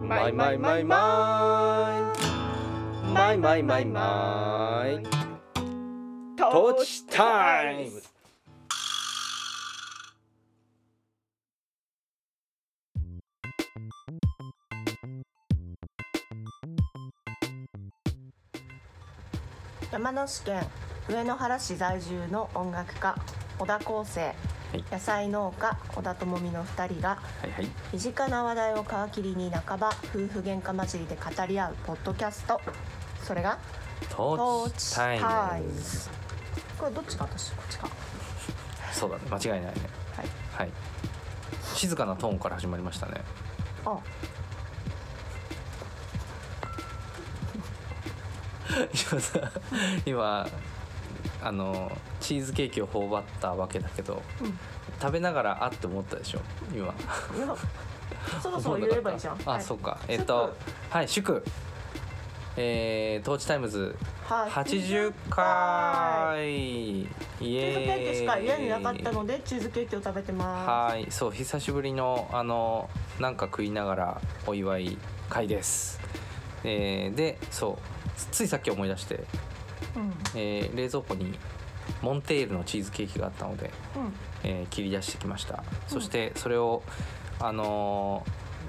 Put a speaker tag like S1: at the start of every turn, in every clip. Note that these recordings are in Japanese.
S1: マイマイマイマイマイマイマイマイトーチタイム
S2: 山梨県上野原市在住の音楽家小田康生
S1: はい
S2: 野菜農家小田智美の2人が
S1: はいはい
S2: 身近な話題を皮切りに半ば夫婦喧嘩混じりで語り合うポッドキャストそれが
S1: トーチタイム
S2: これどっちか私こっちか
S1: そうだね間違いないね
S2: はい
S1: はい静かなトーンから始まりましたね
S2: あ
S1: 今さ今あのチーズケーキを頬張ったわけだけど
S2: う
S1: 食べながらあって思ったでしょ今
S2: んいやそろそろ言えばいいじゃん
S1: 思わなかった あ、
S2: はい
S1: そうかえっとはい祝えー、トーチタイムズ
S2: はい
S1: 80回イエーイ
S2: チーズケーキしか家になかったのでチーズケーキを食べてま
S1: はいそう久しぶりのあのなんか食いながらお祝い会です、えーでそうつついさっき思い出して、
S2: すうん
S1: えー冷蔵庫にモンテールのチーズケーキがあったので、
S2: うん
S1: えー切り出してきましたそしてそれをあの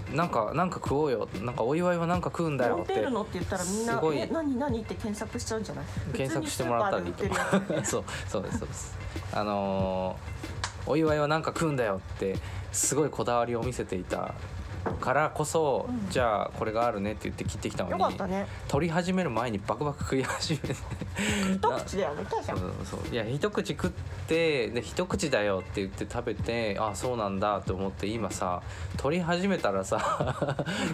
S1: ーなんかなんか食おうよなんかお祝いはなんか食うんだよ
S2: モン
S1: っ
S2: テー
S1: て
S2: ルのって言ったらみんな
S1: すごい
S2: 「え何何?」って検索しちゃうんじゃない
S1: 検索してもらったらいいと
S2: 普通
S1: 思
S2: にスーパーで売ってるや
S1: う そうそうですそうですあのーお祝いはなんか食うんだよってすごいこだわりを見せていたからこそ、
S2: うん
S1: じゃあこれがあるねって言って切ってきた
S2: つ
S1: の
S2: よ
S1: に
S2: かったね
S1: 取り始める前にバクバク食い始めて
S2: 一口だよね大し
S1: そ
S2: た
S1: うそうそういや一口食ってで一口だよって言って食べてあそうなんだと思って今さ取り始めたら さ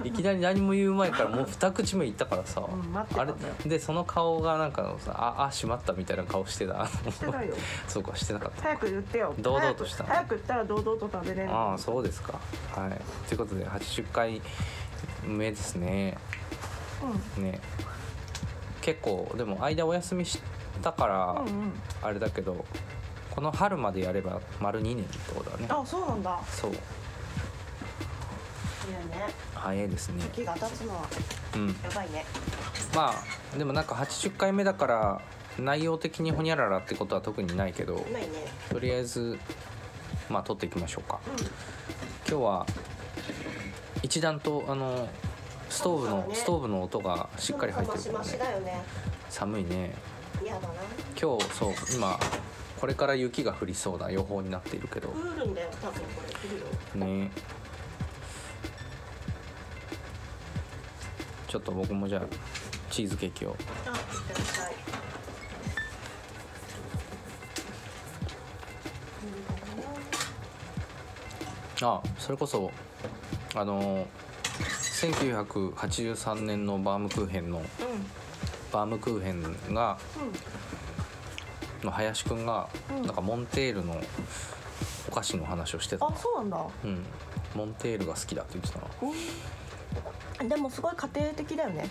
S1: いきなり何も言う前からもう二口目いったからさ、
S2: うん待ってた
S1: あ
S2: ん
S1: れ
S2: だよ
S1: でその顔がなんかさああしまったみたいな顔してた
S2: してないよ
S1: そうかしてなかった
S2: 早く言ってよ
S1: 堂々とした
S2: 早く早く言ったら堂々と食べれる
S1: ああそうですかはいということで80回目ですね
S2: う
S1: ね結構でも間お休みしたから
S2: んうんうん
S1: あれだけどこの春までやれば丸2年ってことだね
S2: あそうなんだ
S1: そう
S2: いいよね
S1: 早いですね
S2: 時が経つのは
S1: うん
S2: やばいね
S1: まあでもなんか80回目だから内容的にほにゃららってことは特にないけど
S2: ないね
S1: とりあえずまあ撮っていきましょうか
S2: う
S1: 今日は一段とあのストーブ
S2: そう
S1: の、
S2: だね
S1: ストーブの音が
S2: ん
S1: しっかり入ってる
S2: マシ
S1: から
S2: マシ
S1: ね
S2: だよね
S1: 寒いね
S2: 嫌だな
S1: 今日そう今これから雪が降りそうな予報になっているけど
S2: 降るんだよ多分これ降るよ
S1: ねちょっと僕もじゃあチーズケーキを
S2: あいってらっしゃい
S1: あそれこそあの1983年のバームクーヘンの
S2: う
S1: バームクーヘンが
S2: んうん
S1: の林くんが、
S2: うん
S1: なんかモンテールのお菓子の話をしてた
S2: あそうなんだ
S1: うんモンテールが好きだって言ってたな
S2: でもすごい家庭的だよね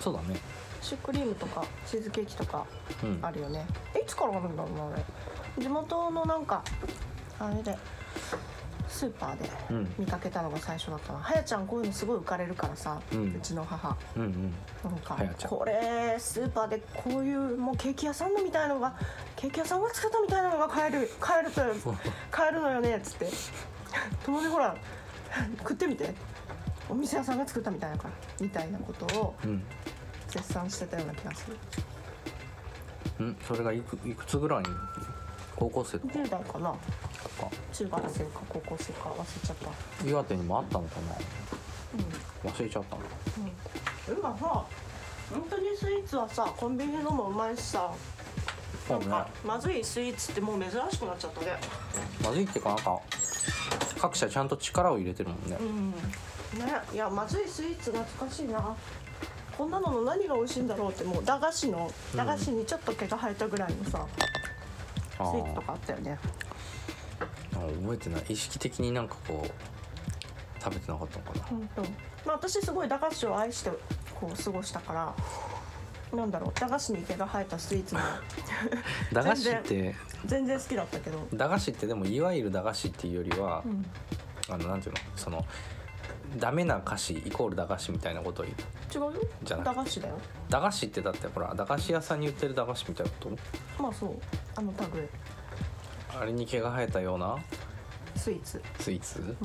S1: そうだね
S2: シュークリームとかチーズケーキとか
S1: うん
S2: あるよねえいつからあるんだろうなあれ地元のなんかあれでスーパーで
S1: うん
S2: 見かけたのが最初だったな、はやちゃんこういうのすごい浮かれるからさ、
S1: う
S2: うんちの母
S1: うんうん
S2: なんか
S1: はやちゃん
S2: これスーパーでこういうもうケーキ屋さんのみたいのがケーキ屋さんが作ったみたいなのが買える買えると買えるのよねっつって友達ほら食ってみてお店屋さんが作ったみたいなからみたいなことを
S1: うん
S2: 絶賛してたような気がする
S1: うんそれがいくいくつぐらいに高校生とか
S2: 10代かな
S1: か
S2: 中学生か高校生か忘れちゃった
S1: 岩手にもあったのか
S2: う
S1: な忘れちゃったの
S2: ん、うん、今さ本当にスイーツはさコンビニのもうまいしさ
S1: そ
S2: な
S1: うんね
S2: かまずいスイーツってもう珍しくなっちゃったね
S1: まずいっていうかなんか各社ちゃんと力を入れてるもんね
S2: うんねいやまずいスイーツ懐かしいなこんなのの何が美味しいんだろうってもう駄菓子の
S1: うん
S2: 駄菓子にちょっと毛が生えたぐらいのさ、
S1: あ
S2: スイーツと
S1: ー
S2: かあったよね
S1: あ覚えてない意識的になんかこう食べてなかったのかな
S2: 本当。まあ私すごい駄菓子を愛してこう過ごしたからなんだろう駄菓子に毛が生えたスイーツも
S1: 駄菓子って
S2: 全然好きだったけど
S1: 駄菓子ってでもいわゆる駄菓子っていうよりは、
S2: うん
S1: あのなんていうのそのダメな菓子イコール駄菓子みたいなことを言う
S2: 違うよ
S1: じゃなく
S2: 駄菓子だよ
S1: 駄菓子ってだってほら駄菓子屋さんに売ってる駄菓子みたいなこ
S2: まあそうあの類
S1: とあれに毛が生えたような
S2: スイーツ
S1: スイーツ、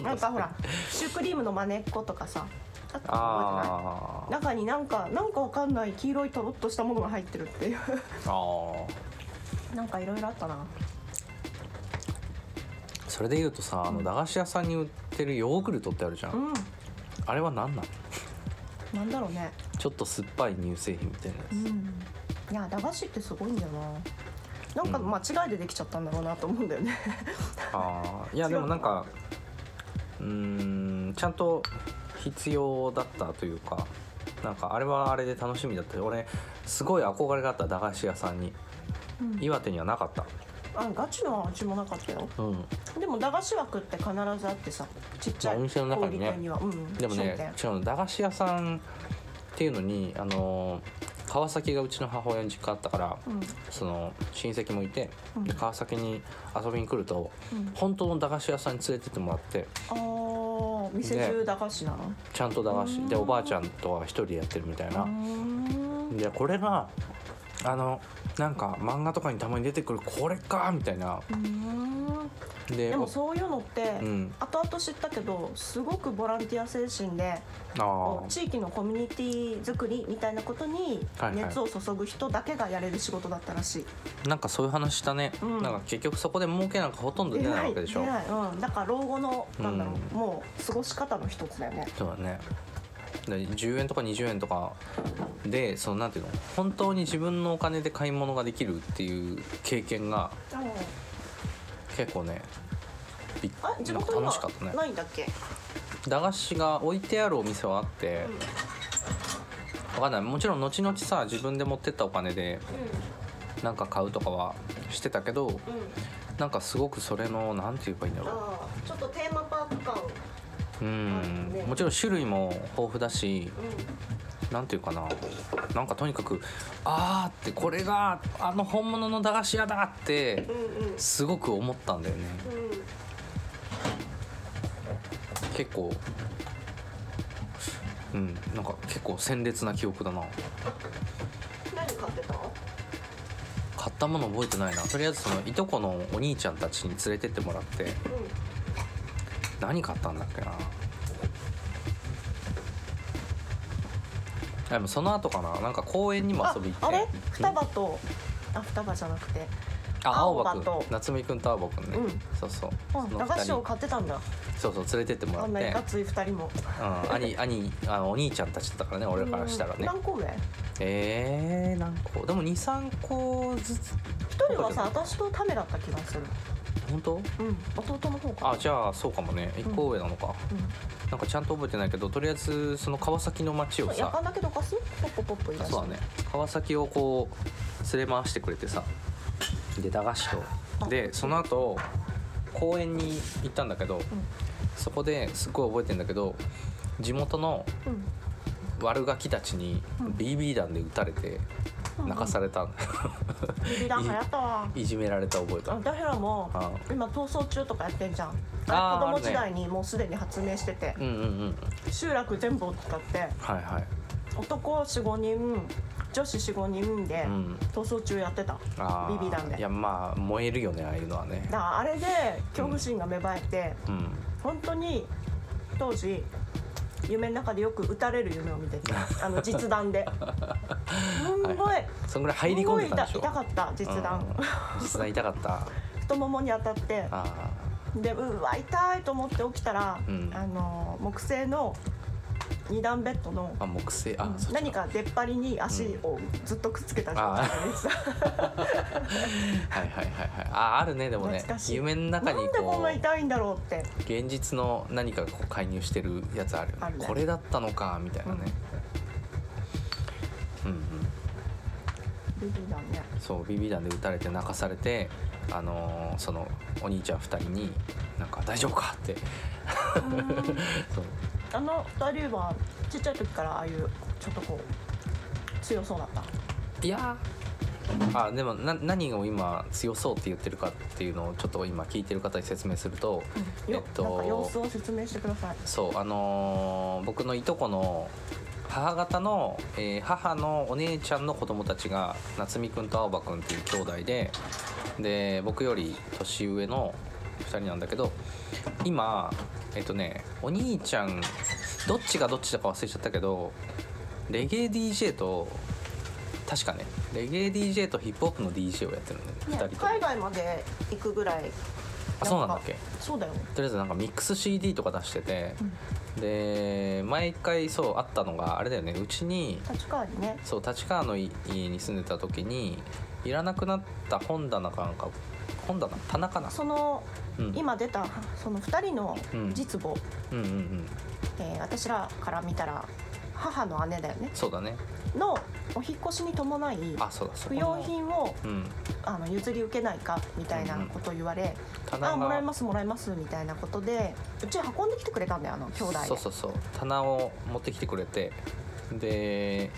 S2: なんかほらシュークリームのまねっことかさあったの覚えて
S1: あー
S2: ない中になんかなんかわかんない黄色いとろっとしたものが入ってる っていう
S1: あー
S2: なんかいろいろあったな
S1: それで言うとさあの駄菓子屋さんに売ってるヨーグルトってあるじゃん、
S2: う
S1: あれは何なの
S2: んなんだろうね
S1: ちょっと酸っぱい乳製品みたいなやつ、
S2: うんいや駄菓子ってすごいんだよななんか
S1: うん
S2: 間違いでできちゃったんだろうなと思うんだ よね
S1: ああいやでもなんかうーんちゃんと必要だったというかなんかあれはあれで楽しみだった俺すごい憧れがあった駄菓子屋さんに
S2: うん
S1: 岩手にはなかった
S2: あガチの味もなかったよ
S1: うん
S2: でも駄菓子枠って必ずあってさちっちゃ
S1: ま
S2: い
S1: あお店の中にね
S2: 小売店にはうん
S1: でもね違うの駄菓子屋さんっていうのにあのー川崎がうちの母親に実家あったから
S2: 商店
S1: その親戚もいて、
S2: うん
S1: で川崎に遊びに来ると
S2: うん、うん、
S1: 本当の駄菓子屋さんに連れてってもらって
S2: ああ店中駄菓子なの、
S1: ちゃんと駄菓
S2: う
S1: 子
S2: ん
S1: でおばあちゃんとは一人でやってるみたいな、
S2: うん
S1: でこれがあのなんか漫画とかにたまに出てくるこれかみたいな
S2: うん
S1: で
S2: でもそういうのって、
S1: うん
S2: 後々知ったけどすごくボランティア精神で
S1: あー
S2: 地域のコミュニティ作りみたいなことに
S1: はいはい
S2: 熱を注ぐ人だけがやれる仕事だったらしい、
S1: なんかそういう話したね、
S2: うん
S1: なんか結局そこで儲けなんかほとんど出ないわけでしょ
S2: 出ないうん、だから老後のなんだろう、
S1: う
S2: もう過ごし方の一つだよね
S1: そうだねで10円とか20円とかでそのなんていうの本当に自分のお金で買い物ができるっていう経験が結構ねびっ
S2: あ地
S1: なん
S2: 元
S1: か
S2: に
S1: 楽しかったね
S2: はないんだっけ、
S1: 駄菓子が置いてあるお店はあって、わかんないもちろん後々さ自分で持ってったお金でなんか買うとかはしてたけど
S2: うんうんうん
S1: なんかすごくそれのなんて言えばいいんだろ
S2: ああちょっとテーマパーク感、
S1: ううんもちろん種類も豊富だしなんていうかななんかとにかく「あー」ってこれがあの本物の駄菓子屋だって
S2: うん、うんうん
S1: すごく思ったんだよね
S2: うん
S1: 結構うんなんか結構鮮烈な記憶だな
S2: 何買ってた
S1: 買ったもの覚えてないなとりあえずそのいとこのお兄ちゃんたちに連れてってもらって
S2: う
S1: 何買ったんだっけなあでもその後かななんか公園にも
S2: ん、あ
S1: 遊び行って
S2: あれ双
S1: ん
S2: 葉とあ双葉じゃなくて
S1: あ青葉
S2: 青葉
S1: く
S2: と
S1: ん夏美くんと青葉くんね、
S2: うん
S1: そうそう
S2: あ
S1: その
S2: 駄菓
S1: 二
S2: 子を
S1: 人
S2: 買ってたんだ
S1: そうそう連れてってもら
S2: あ
S1: っ
S2: んな
S1: て
S2: いかつい二人も
S1: うん、兄 兄あのお兄ちゃんたちだからね俺らからしたら
S2: うん
S1: ね
S2: 何個上
S1: えー、何個でも23個ずつ
S2: 一人はさ
S1: そう
S2: 私とためだった気がする
S1: 本当
S2: うん弟の方か
S1: あじゃあそうかもね1個上なのか、
S2: うん
S1: なんかちゃんと覚えてないけどとりあえずその川崎の街を
S2: やか
S1: さ
S2: んだけどかすポッポポッポいらっし
S1: そう
S2: ゃ
S1: だ
S2: る
S1: ね川崎をこう連れ回してくれてさで駄菓子
S2: あ
S1: とでその後公園に行ったんだけどそこですっごい覚えてんだけど地元の
S2: うんうん
S1: 悪ガキたちに
S2: うん
S1: BB 弾で撃たれて
S2: うん
S1: 泣かされた、
S2: ビビダン流行ったわ
S1: いじめられた覚え
S2: あ
S1: が
S2: だヘらも
S1: あ
S2: 今逃走中とかやってんじゃん
S1: あー
S2: あ
S1: ある
S2: れ子供
S1: ね
S2: 時代にもうすでに発明してて
S1: うんうんうん
S2: 集落全部を使って
S1: はいはい
S2: 男45人女子45人で
S1: うん
S2: 逃走中やってた
S1: あー
S2: ビビ弾で
S1: いやまあ燃えるよねああいうのはね
S2: だからあれで恐怖心が芽生えて、
S1: うん
S2: 本当に当時夢の中でよく撃たれる夢を見て てあの実弾ですんごい
S1: そんぐらい入り込んでたんでし
S2: す
S1: ょ
S2: んごい痛痛かった実弾
S1: うん実弾痛かった
S2: 太ももに当たって
S1: あ
S2: でうわ痛いと思って起きたら、
S1: うん
S2: あの木製の2段ベッドの
S1: ーあ木製あ、そっち
S2: 何か出っ張りに足をずっとくっつけた状態でした、
S1: はいはいはいはいああるねでもね
S2: 懐かしい
S1: 夢の中
S2: な
S1: に
S2: んでこん
S1: こ
S2: な
S1: う
S2: 痛いんだろうって
S1: 現実の何かがこう介入してるやつあるよね
S2: あるね
S1: これだったのかみたいなね、うん、うん
S2: ビビだね
S1: そうビビ弾で撃たれて泣かされてあのーそのお兄ちゃん2人になんか「大丈夫か?」って そう
S2: あの二人はちっちゃい時からああいうちょっとこう強そうだった
S1: いやあでもな何を今強そうって言ってるかっていうのをちょっと今聞いてる方に説明すると
S2: よ
S1: えっと
S2: なんか様子を説明してください。
S1: そうあのー僕のいとこの母方の、えー母のお姉ちゃんの子供たちが夏美くんと青葉くんっていう兄弟でで僕より年上の2人なんだけど今えっとねお兄ちゃんどっちがどっちだか忘れちゃったけどレゲエ DJ と確かねレゲエ DJ とヒップホップの DJ をやってるんだよね2人
S2: ね
S1: とも
S2: 海外まで行くぐらい。
S1: あそうなんだっけ
S2: かそうだよね。
S1: とりあえずなんかミックス CD とか出してて、で毎回そうあったのがあれだよねうちに
S2: 立川にね。
S1: そう立川のい家に住んでた時にいらなくなった本棚かなんか本棚棚かな
S2: その、
S1: うん
S2: 今出たその二人の
S1: うん
S2: 実母、
S1: うんうんうん
S2: えー私らから見たら母の姉だよね。
S1: そうだね
S2: のお引っ越しに伴い
S1: あそうだそう
S2: 不用品を
S1: うん
S2: あの譲り受けないかみたいなことを言われ、
S1: 棚
S2: あもらい
S1: が
S2: ますもらいますみたいなことでうち運んできてくれたんだよあの兄弟で
S1: そうそうそう棚を持ってきてくれてで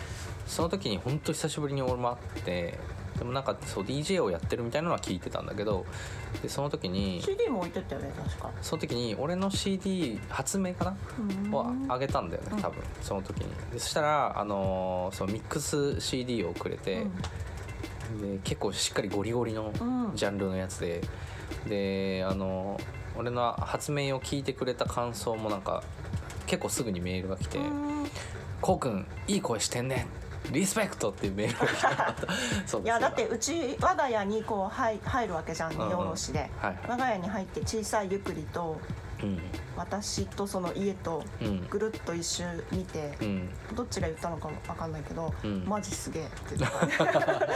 S1: その時に本当久しぶりに俺も会ってでもなんかそう DJ をやってるみたいなのは聞いてたんだけどでその時に
S2: CD も置いてったよね確か
S1: その時に俺の CD 発明かなをあげたんだよね
S2: うん
S1: 多分その時にでそしたら、あのーそのミックス CD をくれて、で結構しっかりゴリゴリの
S2: うんうん
S1: ジャンルのやつでで、あのー俺の発明を聞いてくれた感想もなんか結構すぐにメールが来て
S2: うん
S1: 「こうくんいい声してんねリスペクト!」っていうメールが来 たそう
S2: いやだってうち我が家にこう入入るわけじゃん
S1: うんうん
S2: 荷下ろしで、
S1: はいは
S2: 我が家に入って小さいゆっくりと
S1: いうん
S2: 私とその家と
S1: うん
S2: ぐるっと一周見て
S1: うん
S2: どっちが言ったのかわかんないけど、
S1: うん
S2: マジすげえって言っ てた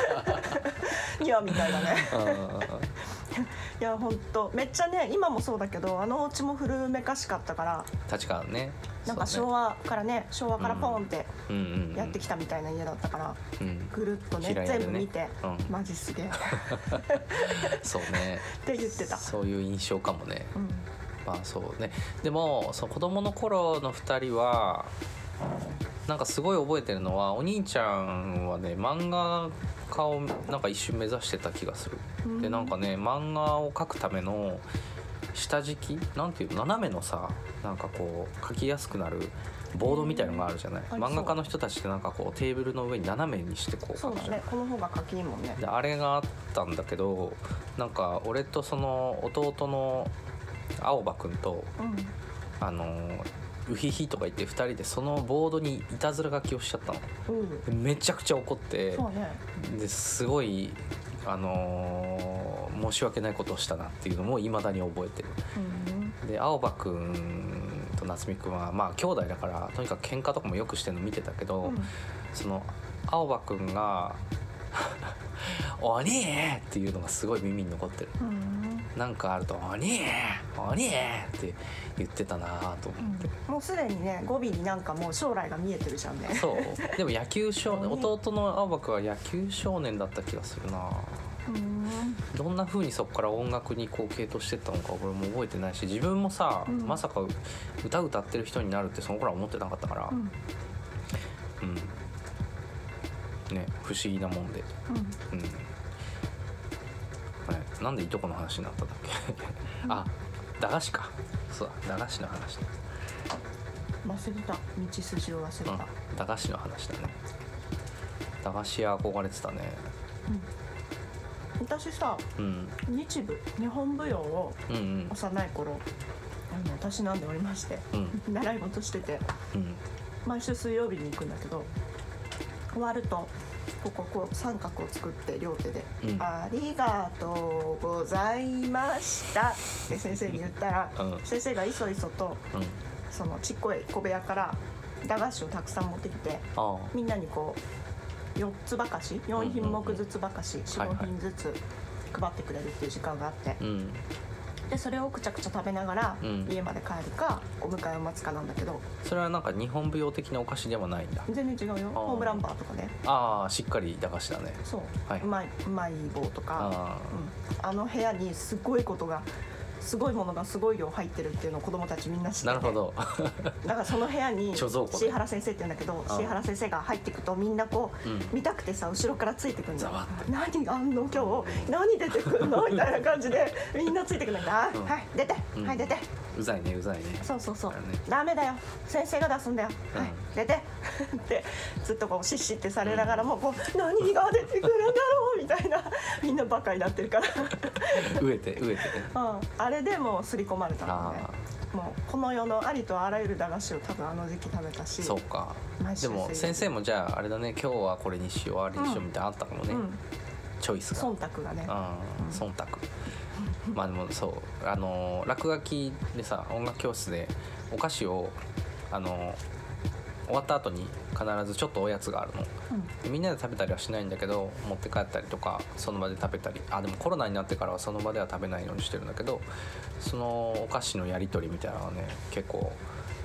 S2: いやみたいだね
S1: あー
S2: いやほんとめっちゃね今もそうだけどあのお家も古めかしかったから
S1: 確かね
S2: なんか
S1: そう
S2: 昭
S1: ね
S2: 和からね昭和からポンって
S1: うんうんうん
S2: やってきたみたいな家だったから
S1: うん
S2: ぐるっとね
S1: 平屋でね
S2: 全部見て、
S1: うん
S2: マジすげえっ
S1: そう ね
S2: て 言ってた、
S1: そういう印象かもね
S2: うん、
S1: まあそうねでもその子供の頃の2人はなんかすごい覚えてるのはお兄ちゃんはね漫画家をなんか一瞬目指してた気がする
S2: うん
S1: でなんかね漫画を描くための下敷きなんていうの斜めのさなんかこう描きやすくなるボードみたいのがあるじゃない
S2: うんありそう
S1: 漫画家の人たちってなんかこうテーブルの上に斜めにしてこう
S2: そ
S1: 描
S2: う
S1: く
S2: だ
S1: じゃん
S2: ねこの方が書きいいもんね
S1: であれがあったんだけどなんか俺とその弟の青葉くんと
S2: うん
S1: あのウヒヒとか言って2人でそのボードにいたずら書きをしちゃったの
S2: うん
S1: でめちゃくちゃ怒って
S2: そうね
S1: ですごいあのー申し訳ないことをしたなっていうのもいまだに覚えてる
S2: うん
S1: で青葉くんと夏美くんはまあ兄弟だからとにかく喧嘩とかもよくしてるの見てたけど、
S2: うん
S1: その青葉くんが 「鬼!」っていうのがすごい耳に残ってる
S2: うん
S1: なんかあると「鬼鬼!」って言ってたなと思
S2: うん
S1: って、
S2: もうすでにね語尾になんかもう将来が見えてるじゃんね
S1: そうでも野球少 年
S2: 鬼
S1: 弟の青葉くんは野球少年だった気がするな
S2: うん
S1: どんな風にそこから音楽にこう傾倒してったのか俺も覚えてないし自分もさ、
S2: うん
S1: まさか歌歌ってる人になるってその頃は思ってなかったから、
S2: うん
S1: うんね不思議なもんで。
S2: うん
S1: うんあれなんでいとこの話になったんだっけ あ駄菓子かそうだ駄菓子の話だ、
S2: 忘れた道筋を忘れ
S1: う
S2: た、うん
S1: ん、駄菓子の話だね駄菓子屋憧れてたね
S2: 私さ
S1: うん
S2: 日舞日本舞踊を
S1: うんうん
S2: 幼い頃あのたしなんでおりまして
S1: うん
S2: 習い事してて
S1: うん
S2: 毎週水曜日に行くんだけど終わるとこここう三角を作って両手で「
S1: うん
S2: ありがとうございました」って先生に言ったら、
S1: うん
S2: 先生がいそいそと
S1: うん
S2: そのちっこい小部屋から駄菓子をたくさん持ってきて
S1: あ
S2: みんなにこう4つばかし4品目ずつばかし
S1: はいはい
S2: 45品ずつ配ってくれるっていう時間があって。
S1: あうん
S2: でそれをくちゃくちゃ食べながら
S1: うん
S2: 家まで帰るか、お迎えを待つかなんだけど
S1: それはなんか日本舞踊的なお菓子ではないんだ
S2: 全然違うよ
S1: あー
S2: ホームランバーとかね
S1: ああしっかり駄菓子だね
S2: そう、
S1: はいう
S2: まいうまい棒とか
S1: あ
S2: あ,、うん、あの部屋にすごいことがすごいものがすごい量入ってるっていうのを子供たちみんな知ってて
S1: なるほど
S2: だからその部屋に
S1: 貯蔵庫
S2: 椎原先生って言うんだけど
S1: ああ
S2: 椎原先生が入ってくとみんなこう、
S1: うん
S2: 見たくてさ後ろからついてくる
S1: ざ
S2: の
S1: わっ
S2: 何があんの今日何出てくんのみたいな感じでみんなついてくるんだ、あ
S1: うん
S2: はい出て、
S1: うん
S2: はい出て
S1: うざいねうざいね
S2: そうそうそう、
S1: だね
S2: ダメだよ先生が出すんだよ、
S1: うん
S2: はい出て ってずっとこうシッシってされながらもこう何が出てくるんだろうみたいな みんなバカになってるから
S1: 飢えて飢えて
S2: うん、あれでもう刷り込まれたので
S1: あ
S2: もうこの世のありとあらゆる駄菓子を多分あの時期食べたし
S1: そうか
S2: 毎
S1: で
S2: 週
S1: も
S2: 水曜日
S1: 先生もじゃああれだね今日はこれにしようあれにしようみたいなのあったかもね、
S2: うん、
S1: チョイスが
S2: 忖度が
S1: う
S2: ね
S1: ん忖度まあでもそうあのー落書きでさ音楽教室でお菓子をあのー終わった後に必ずちょっとおやつがあるの
S2: うん
S1: みんなで食べたりはしないんだけど持って帰ったりとかその場で食べたりあでもコロナになってからはその場では食べないようにしてるんだけどそのお菓子のやり取りみたいなのはね結構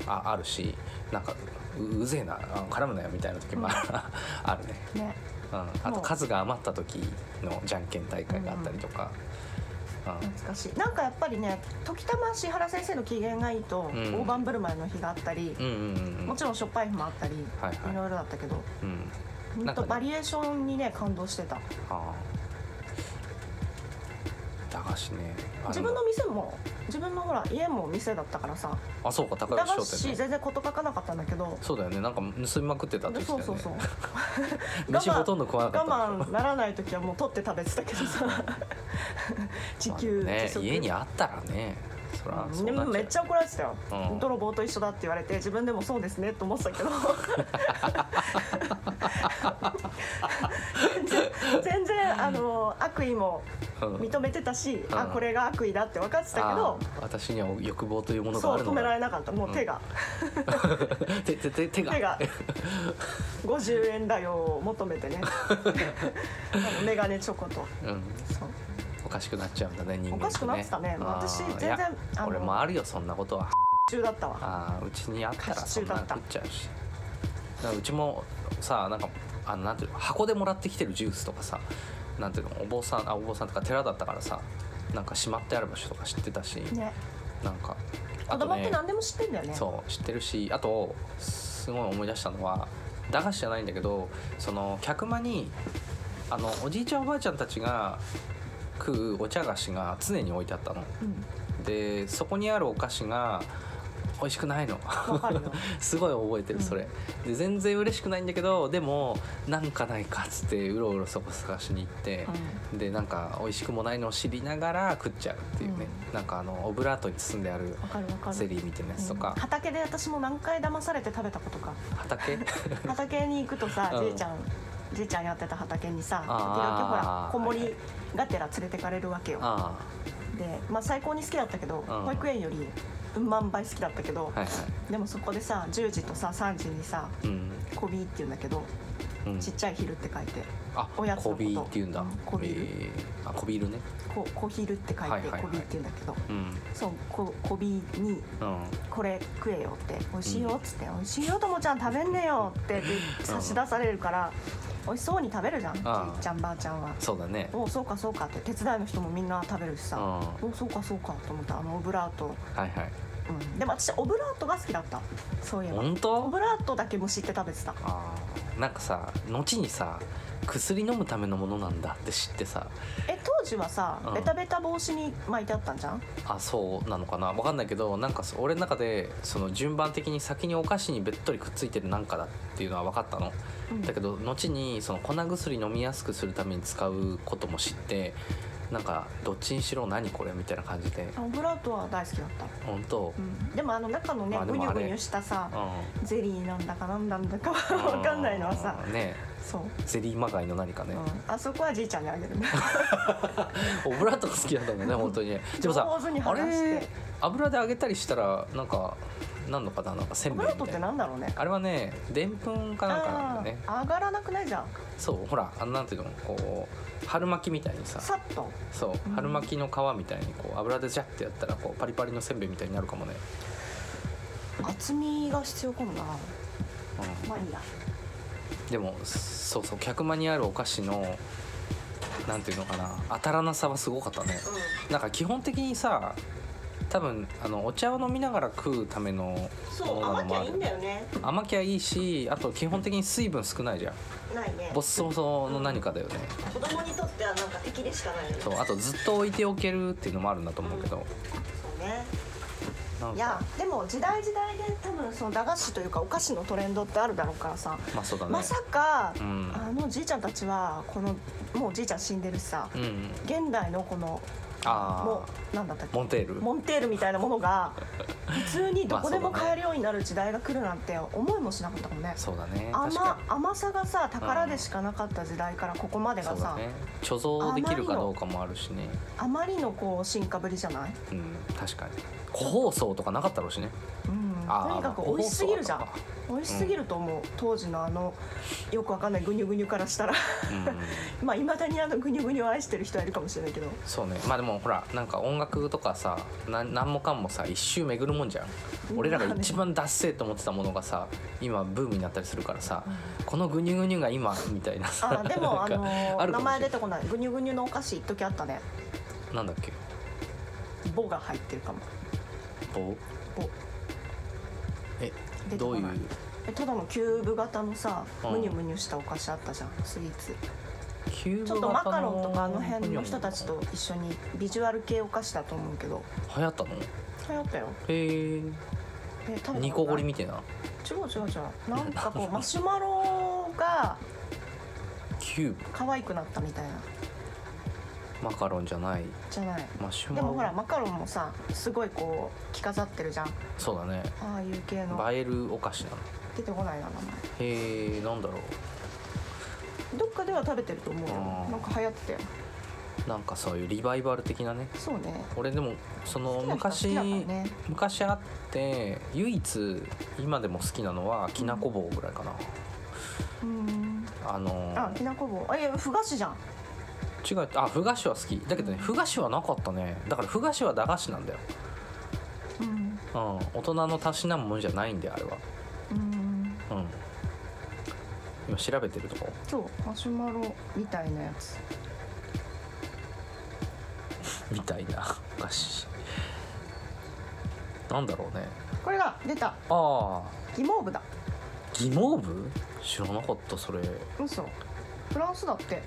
S1: ああるしなんかううぜえなあ絡むなよみたいな時もああるね、
S2: ね
S1: うん、あ
S2: も
S1: と
S2: う
S1: 数が余った時のじゃんけん大会があったりとか、うん
S2: 懐かしいなんかやっぱりね時たま石原先生の機嫌がいいと、
S1: うん
S2: 大盤振る舞いの日があったり、
S1: うんうんうんうん
S2: もちろんしょっぱい日もあったり、
S1: はいはい
S2: いろいろだったけど
S1: うん
S2: ほん
S1: なんか
S2: と
S1: ね
S2: バリエーションにね感動してた
S1: あー駄菓子ねあ
S2: 自分の
S1: でも
S2: 店も自分のほら家も店だったからさ
S1: あそうか高
S2: 駄菓
S1: 橋商店
S2: 子
S1: ね
S2: 全然事書かなかったんだけど
S1: そうだよねなんか盗みまくってたって言ってた
S2: そ
S1: よ
S2: う
S1: ね
S2: そうそ う
S1: 飯ほとんど食わなかった
S2: 我慢ならない時はもう取って食べてたけ どさ自給
S1: まあね
S2: 自足
S1: 家にあったらねそら
S2: うん
S1: そう
S2: で
S1: なっちゃ
S2: も
S1: う
S2: めっちゃ怒られてたよ、
S1: うん
S2: 泥棒と一緒だって言われて自分でもそうですねと思ってた けど全然全然あの悪意も
S1: うん
S2: 認めてたし、あ
S1: うん
S2: これが悪意だって分かってたけ
S1: あ
S2: ど、
S1: ー私には欲望というものが
S2: そ
S1: あ
S2: う
S1: る
S2: 止
S1: の
S2: めら
S1: だ
S2: れなかったもう手が、
S1: 手手手手が
S2: 手が50円だよを求め てねあのメガネチョコと
S1: うん
S2: そう
S1: おかしくなっちゃうんだね人間
S2: おかしくなってたね
S1: あー
S2: 私全
S1: い
S2: 然
S1: や
S2: あの
S1: 俺もあるよそんなことは
S2: 中だったわ
S1: あーうちにあったら
S2: 過
S1: そ
S2: 失
S1: んなの
S2: だった
S1: 食っちゃうしだからうちもさなんかあのなんていうの箱でもらってきてるジュースとかさなんていうのお坊さんあお坊さんとか寺だったからさなんかしまってある場所とか知ってたし、
S2: ね
S1: なんか
S2: 子供って何でも知ってんだよね
S1: そう知ってるしあとすごい思い出したのは駄菓子じゃないんだけどその客間にあのおじいちゃんおばあちゃんたちが食うお茶菓子が常に置いてあったの
S2: うん
S1: でそこにあるお菓子が美味しくないの
S2: わかるよ
S1: すごい覚えてるそれ、で全然嬉しくないんだけどでもなんかないかっつってうろうろそこ探しに行って、でなんか美味しくもないのを知りながら食っちゃうっていうね、なんかあのオブラートに包んである
S2: わかるわかる
S1: ゼリーみたいなやつとか
S2: うん、畑で私も何回騙されて食べたこと か
S1: 畑
S2: 畑に行くとさ、
S1: うん
S2: じいちゃんじいちゃんやってた畑にさ時々ほ
S1: あ
S2: ら
S1: ー
S2: 子守がてら連れてかれるわけよ、
S1: あ
S2: で、まあ、最高に好きだったけど、
S1: ん
S2: 保育園よりうん万倍好きだったけど、
S1: あはいは
S2: でもそこでさ10時とさ3時にさ
S1: いうん、
S2: 「こび」って言うんだけど
S1: うん、
S2: ちっちゃい昼って書いて
S1: あ
S2: おやつのこ
S1: こ
S2: と
S1: びって言うんだ
S2: こびる
S1: えーあこびるね
S2: 「こ小昼」って書
S1: はいい
S2: て
S1: はいはい
S2: 「こび」って言うんだけど、
S1: うん
S2: そうこ小びに
S1: うん
S2: これ食えよって美味しいよっつって、美味しいよともちゃん食べんねよって差し出されるから、美味しそうに食べるじゃんじい
S1: ああ
S2: ちゃんばあちゃんは
S1: そうだね
S2: おうそうかそうかって手伝いの人もみんな食べるし
S1: うん
S2: さ、
S1: は
S2: おうそうかそうかと思ったあのオブラート、
S1: いはい
S2: うん、でも私オブラートが好きだったそういえば
S1: 本
S2: オ
S1: 当
S2: ブラートだけむしって食べてた
S1: あーなんかさ後にさ薬飲むためのものなんだって知ってさ
S2: え当時はさ、
S1: うん
S2: ベタベタ帽子に巻いてあったんじゃん
S1: あそうなのかなわかんないけどなんかそ俺の中でその順番的に先にお菓子にべっとりくっついてるなんかだっていうのは分かったの、
S2: うん
S1: だけど後にその粉薬飲みやすくするために使うことも知ってなんかどっちにしろ何これみたいな感じで
S2: あオブラートは大好きだった、
S1: 本当
S2: うん、でもあの中のね
S1: まあで
S2: ぐに
S1: も
S2: ゅ
S1: あ
S2: ぐ
S1: れ
S2: にゅしたさ
S1: う
S2: ゼリーなんだかなんなんだかは
S1: ん
S2: 分かんないのはさ
S1: うんね
S2: そう
S1: ゼリーまがいの何かね、
S2: うん、あそこはじいちゃんにあげるね
S1: オブラートが好きなんだもんね本当にねでもさ
S2: 上手に剥
S1: あ
S2: がして
S1: れ油で揚げたりしたらなんかなんのかななんかせん
S2: オ
S1: べ
S2: ブ
S1: い
S2: ラート
S1: み
S2: ったて
S1: いな
S2: なんだろうね
S1: あれはねでんぷんかなんかなんだよね
S2: あー上がらなくないじゃん
S1: そうほらあのなんていうのこう春巻きみたいにさ
S2: さっと
S1: そう春巻きの皮みたいにこう油でジャッてやったらこうパリパリのせんべいみたいになるかもね、
S2: 厚みが必要かもなまあいいや
S1: うん、でもそうそう客間にあるお菓子のなんていうのかな当たらなさはすごかったねなんか基本的にさ多分あのお茶を飲みながら食うためのも
S2: そう
S1: のなの
S2: 甘き
S1: も
S2: ゃ
S1: あ
S2: いい
S1: る
S2: んだよね
S1: 甘きゃいいしあと基本的に水分少ないじゃん
S2: ないね
S1: ボッソボソの何かだよね
S2: 子供にとってはなんか敵でしかないよね
S1: そうあとずっと置いておけるっていうのもあるんだと思うけど
S2: そうね
S1: なん
S2: い
S1: か
S2: やでも時代時代で多分その駄菓子というかお菓子のトレンドってあるだろうからさ、
S1: まあそうだね
S2: まさか、
S1: うん
S2: あのじいちゃんたちはこのもうじいちゃん死んでるしさ、
S1: うんうん
S2: 現代のこの
S1: あ
S2: も
S1: あ
S2: うなんだったっけ
S1: モンテール
S2: モンテールみたいなものが普通にどこでも
S1: まあそうだね
S2: 買えるようになる時代が来るなんて思いもしなかったもんね
S1: そうだね確
S2: 甘
S1: か
S2: 甘さがさ宝でしかなかった時代からここまで
S1: にそ
S2: が
S1: うだ
S2: さ、
S1: ね貯蔵できるかどうかもあるしね
S2: あまりのこう進化ぶりじゃない、
S1: うん確かに個包装とかなかったろうしね
S2: うん、
S1: あー
S2: とにかく美味しすぎるじゃん美味しすぎると思う、当時のあのよくわかんないグニュグニュからしたら
S1: うん
S2: まあいまだにあのグニュグニュを愛してる人はいるかもしれないけど
S1: そうねまあでもほらなんか音楽とかさな何もかんもさ一周巡るもんじゃん俺らが一番ダッセーと思ってたものがさ今ブームになったりするからさこのグニュグニュが今みたいなさ
S2: あで
S1: な
S2: も
S1: ん
S2: あ
S1: か
S2: のー
S1: るか
S2: 名
S1: もし
S2: 前
S1: れ
S2: 出てこないグニュグニュのお菓子一時あったね
S1: ないなんだっけ
S2: ボが入ってるかも
S1: 棒
S2: ボ
S1: え
S2: 出て
S1: ど
S2: こ
S1: ういう
S2: ないえただのキューブ型のさ
S1: うん
S2: ムニュムニュしたお菓子あったじゃんスイーツ
S1: キュー
S2: ちょっ
S1: ブ
S2: とマ
S1: 型
S2: カロンとかあの辺
S1: グニュ
S2: の
S1: グニュ
S2: 人たちと一緒にビジュアル系お菓子だと思うけど
S1: 流行ったのへ
S2: 流行ったよ
S1: え
S2: え食べたことない
S1: ニコゴリみたいな
S2: 違う違う違う なんかこうマシュマロが
S1: キューブ
S2: 可愛くなったみたいな
S1: マカロンじゃない
S2: じゃない
S1: マシュ
S2: で
S1: マロ
S2: もほらマカロンもさすごいこう着飾ってるじゃん
S1: そうだね
S2: ああいう系の
S1: 映えるお菓子なの
S2: 出てこないな名
S1: へえなんだろ
S2: 前どっかでは食べてると思うよ
S1: あー
S2: なんか流行ってたよ
S1: うなんかそういうリバイバル的なね
S2: そうね
S1: 俺でもその
S2: 好きな人は
S1: 昔
S2: 好きだからね
S1: 昔あって唯一今でも好きなのはきなこ棒ぐらいかな、
S2: うーん
S1: あの
S2: あきなこ棒あいやふ菓子じゃん
S1: 違うあふ菓子は好きだけどねふ菓子はなかったねだからふ菓子は駄菓子なんだよ、
S2: うん
S1: うん、大人のたしなむもんじゃないんだよあれは
S2: うん
S1: うん今調べてるとこ
S2: そうマシュマロみたいなやつ
S1: みたいなお菓子なんだろうね
S2: これが出た
S1: ああ
S2: ギモーブだ
S1: 疑問部知らなかったそれへ
S2: 嘘フランスだって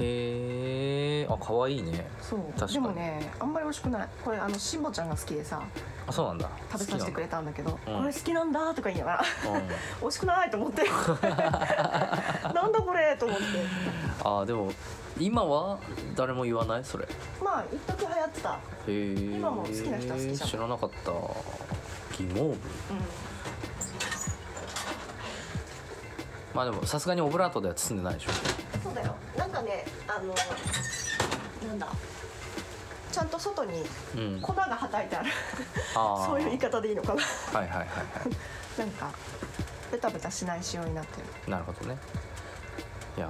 S1: えあ可愛いね
S2: そう
S1: 確かに
S2: でもねあんまり美味しくないこれあのしんぼちゃんが好きでさ
S1: あそうなんだ
S2: 食べさせてくれたんだけど
S1: うん
S2: これ好きなんだとか言いながら
S1: 好きなんだ、うん
S2: 美味しくないと 思ってなんだこれと思って
S1: あーでも今は誰も言わないそれへ
S2: まあ一時流行ってた
S1: え
S2: 今も好きな人は好きじゃん
S1: 知らなかった疑問部
S2: う
S1: まあでもさすがにオブラートでは包んでないでしょ
S2: んそうだよなんかねあのなんだちゃんと外に
S1: うん
S2: 粉がはたいてある
S1: あー
S2: そういう言い方でいいのかな
S1: はいはいはいは
S2: なんかベタベタしない仕様になってる
S1: いなるほどねいや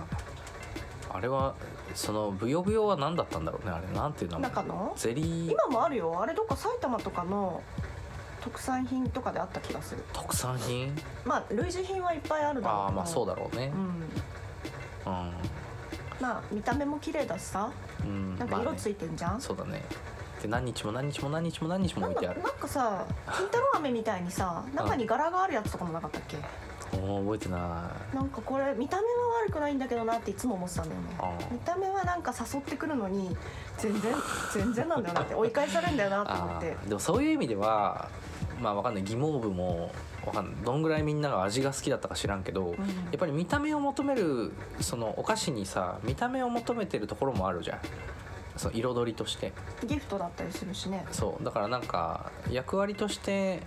S1: あれはそのブヨブヨは何だったんだろうねあれなんていう名前
S2: 中の
S1: ゼリー
S2: 今もあるよあれどっか埼玉とかの特産品とかであった気がする
S1: 特産品
S2: まあ類似品はいっぱいあるだろう
S1: ああまあそう
S2: だ
S1: だろうね
S2: うん
S1: うん、
S2: まあ見た目も綺麗だしさ
S1: うん、
S2: なんか
S1: まあ
S2: 色
S1: ね
S2: ついてんじゃん、
S1: そうだねで何日も何日も何日も何日も
S2: なん
S1: 置い
S2: だ
S1: てあ
S2: なん
S1: る
S2: かさ金太郎飴みたいにさ中に柄があるやつとかもなかったっけ
S1: おー覚えてない
S2: なんかこれ見た目は悪くないんだけどなっていつも思ってたんだよ
S1: あ
S2: ね
S1: ー
S2: 見た目はなんか誘ってくるのに全然全然なんだ よなって追い返されるんだよなと思
S1: あ
S2: って
S1: ーでもそういう意味ではまあわかんない疑問部もわかんないどんぐらいみんなが味が好きだったか知らんけど、
S2: うん
S1: やっぱり見た目を求めるそのお菓子にさ見た目を求めてるところもあるじゃんその彩りとして
S2: ギフトだったりするしね
S1: そうだからなんか役割として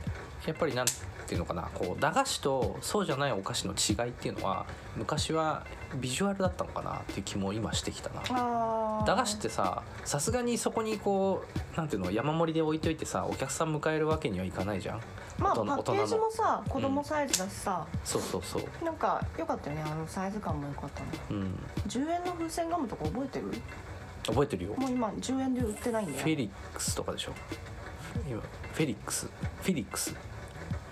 S1: やっぱりなんていうのかなこう駄菓子とそうじゃないお菓子の違いっていうのは昔はビジュアルだったのかなっていう気も今してきたな
S2: あー
S1: 駄菓子ってささすがにそこにこうなんていうの山盛りで置いといてさお客さん迎えるわけにはいかないじゃん
S2: まあパ
S1: 大人
S2: ッケージもさ子供サイズだしさ、
S1: そうそうそう
S2: なんか良かったよねあのサイズ感も良かったな
S1: うん
S2: 10円の風船ガムとか覚えてる
S1: 覚えてるよ
S2: もう今10円で売ってないんだよ
S1: フェリックスとかでしょ今フェリックスフェリックス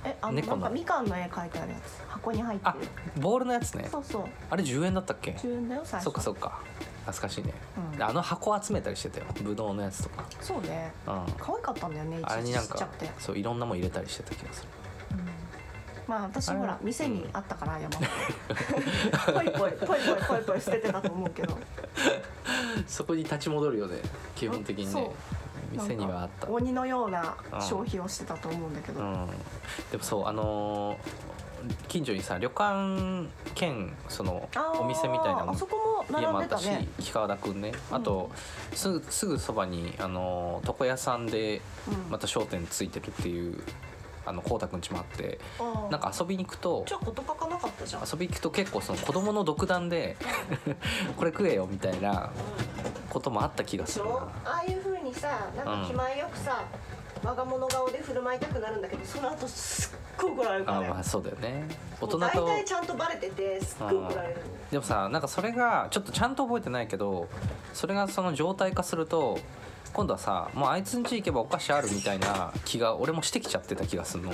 S2: えあの
S1: 猫
S2: な
S1: の
S2: んかみかんの絵描いてあるやつ箱に入って
S1: あ
S2: る
S1: ボールのやつね
S2: そうそう
S1: あれ10円だったっけ
S2: 10円だよ最初
S1: そっかそっか懐かしいね、
S2: うん
S1: あの箱集めたりしてたよブドウのやつとか、
S2: そうね
S1: うん、
S2: 可愛かったんだよね
S1: あれ
S2: 一
S1: に
S2: ち
S1: なん
S2: ちっち
S1: か
S2: ゃくて、
S1: そういろんなもん入れたりしてた気がする
S2: うんまあ私
S1: あれ
S2: ほ
S1: は
S2: ら店にあったから 山ほどポイポイポイポイポイポイ捨ててたと思う けど
S1: そこに立ち戻るよね基本的に
S2: そう
S1: ね店にはあった
S2: なんか鬼のような
S1: うん
S2: 消費をしてたと思うんだけど、
S1: うん、でもそうあのー近所にさ旅館兼その
S2: あー
S1: お店みたいな
S2: あそこも
S1: 家もあ
S2: 並ん
S1: っ
S2: で
S1: た
S2: た
S1: し
S2: ね
S1: 木川田君ねあと、すぐすぐそばに、あのー床屋さんで
S2: うん
S1: また商店ついてるっていうあの光太くんちもあって
S2: あー
S1: なんか遊びに行くと
S2: じゃあ事欠かなかったじゃん
S1: 遊びに行くと結構その子供の独断で これ食えよみたいなこともあった気がす
S2: そ
S1: る
S2: う
S1: な。
S2: ああいう風にさなん
S1: うん
S2: か気前よくさ、我が物顔で振る舞いたくなるんだけどその後すっごい怒られるから
S1: あ
S2: ね
S1: まあそうだよね大
S2: も
S1: 人
S2: う大
S1: と
S2: 体ちゃんとバレててすっごい怒られるの
S1: でもさなんかそれがちょっとちゃんと覚えてないけどそれがその状態化すると今度はさもうあいつん家行けばお菓子あるみたいな気が俺もしてきちゃってた気がするの
S2: あ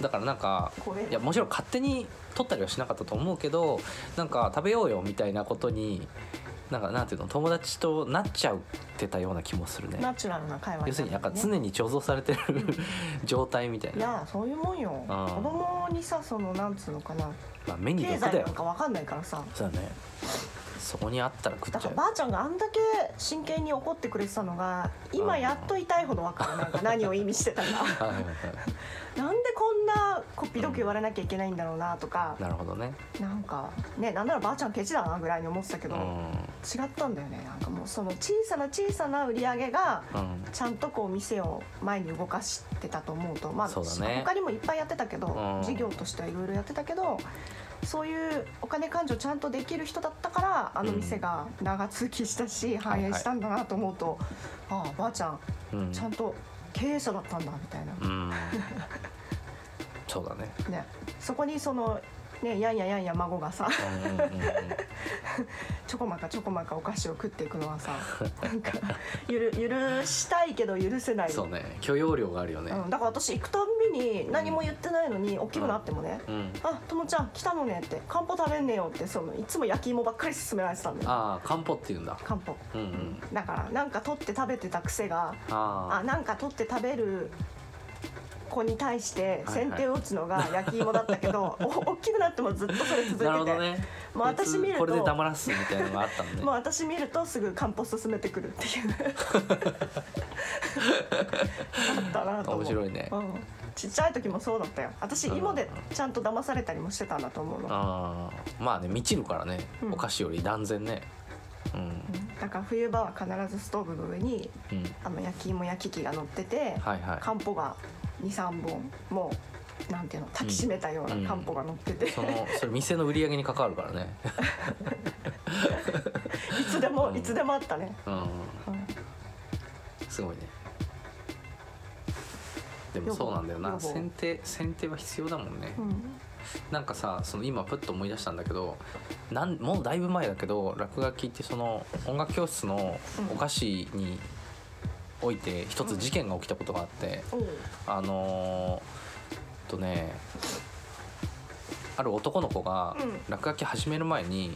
S1: だからなんか
S2: これ
S1: いやもちろん勝手に取ったりはしなかったと思うけどなんか食べようよみたいなことになんかなんていうの友達となっちゃってたような気もするね
S2: あナチュラルな会話になるね
S1: 要するになんか常に貯蔵されてる状態みたい
S2: い
S1: な、
S2: やそういうもんよ子供にさそのなんつうのかな
S1: まあ、目に
S2: 経
S1: 毒
S2: 済
S1: だよ
S2: なんかわかんないからさ
S1: そうだねそこにあったら食
S2: だ
S1: っち
S2: か
S1: ゃ
S2: ら
S1: う
S2: ばあちゃんがあんだけ真剣に怒ってくれてたのが今やっと痛いほどわかるなんか何を意味し てたか
S1: はいはいはい
S2: なんでこんなこっぴどく言われなきゃいけないんだろうなとか
S1: なるほどね
S2: なんかねなんならばあちゃんケチだなぐらいに思ってたけど、
S1: う
S2: 違
S1: ん
S2: ったんだよねなんかもうその小さな小さな売り上げが
S1: うん
S2: ちゃんとこう店を前に動かしてたと思うとまあ
S1: そうだね
S2: 他にもいっぱいやってたけど、
S1: ん
S2: 事業としてはいろいろやってたけどそういうお金勘定ちゃんとできる人だったからあの店が長続きしたし、繁栄したんだなと思うと、ああばあちゃん
S1: うん
S2: ちゃんと経営者だったんだみたいな、
S1: うんそう だね
S2: ね、そこにその、ね、やんややんや孫がさ
S1: うんうんうんうん
S2: ちょこまかちょこまかお菓子を食っていくのはさなんかゆる許したいけど許せない
S1: そうね許容量があるよね
S2: うん、だから私行くたんびに何も言ってないのに大きくなってもね
S1: うん
S2: 「あともちゃん来たのね」って「漢方食べんねよ」ってそのいつも焼き芋ばっかり勧められてたんだよ
S1: ああ漢方って言うんだ
S2: 漢方
S1: うんうん
S2: だからなんか取って食べてた癖があ
S1: あ
S2: なんか取って食べる子に対して
S1: はい
S2: 先手を打つの が焼き芋だったけど、お大きくなってもずっとそれ続い
S1: あなる
S2: て
S1: ほ
S2: て、
S1: どね
S2: まあ私見ると
S1: こいつこれで黙らすみたいなのがあったんで
S2: まあ私見るとすぐ漢方勧めてくるっていう あったなと思う
S1: 面白いね
S2: うん、ちっちゃい時もそうだったよ私
S1: うん
S2: 芋でちゃんと騙されたりもしてたんだと思うの、
S1: あーまあね満ちるからね
S2: うん
S1: お菓子より断然ねうん
S2: だから冬場は必ずストーブの上に
S1: うん
S2: あの焼き芋焼き器が乗ってて、
S1: はいは
S2: 漢方が23本もうなんていうの炊きしめたような
S1: うん
S2: 漢方が乗ってて、
S1: いそのそれ店の売り上げに関わるからね
S2: いつでも、
S1: うん
S2: いつでもあったね、
S1: うん
S2: うん
S1: すごいねでもそうなんだよ
S2: 予
S1: な
S2: 防予防
S1: 先手先手は必要だもんね
S2: うん
S1: なんかさその今プッと思い出したんだけどなんもうだいぶ前だけど落書きってその音楽教室のお菓子において一つ事件が起きたことがあって、
S2: おう
S1: あのー、とねある男の子が
S2: うん
S1: 落書き始める前に
S2: うん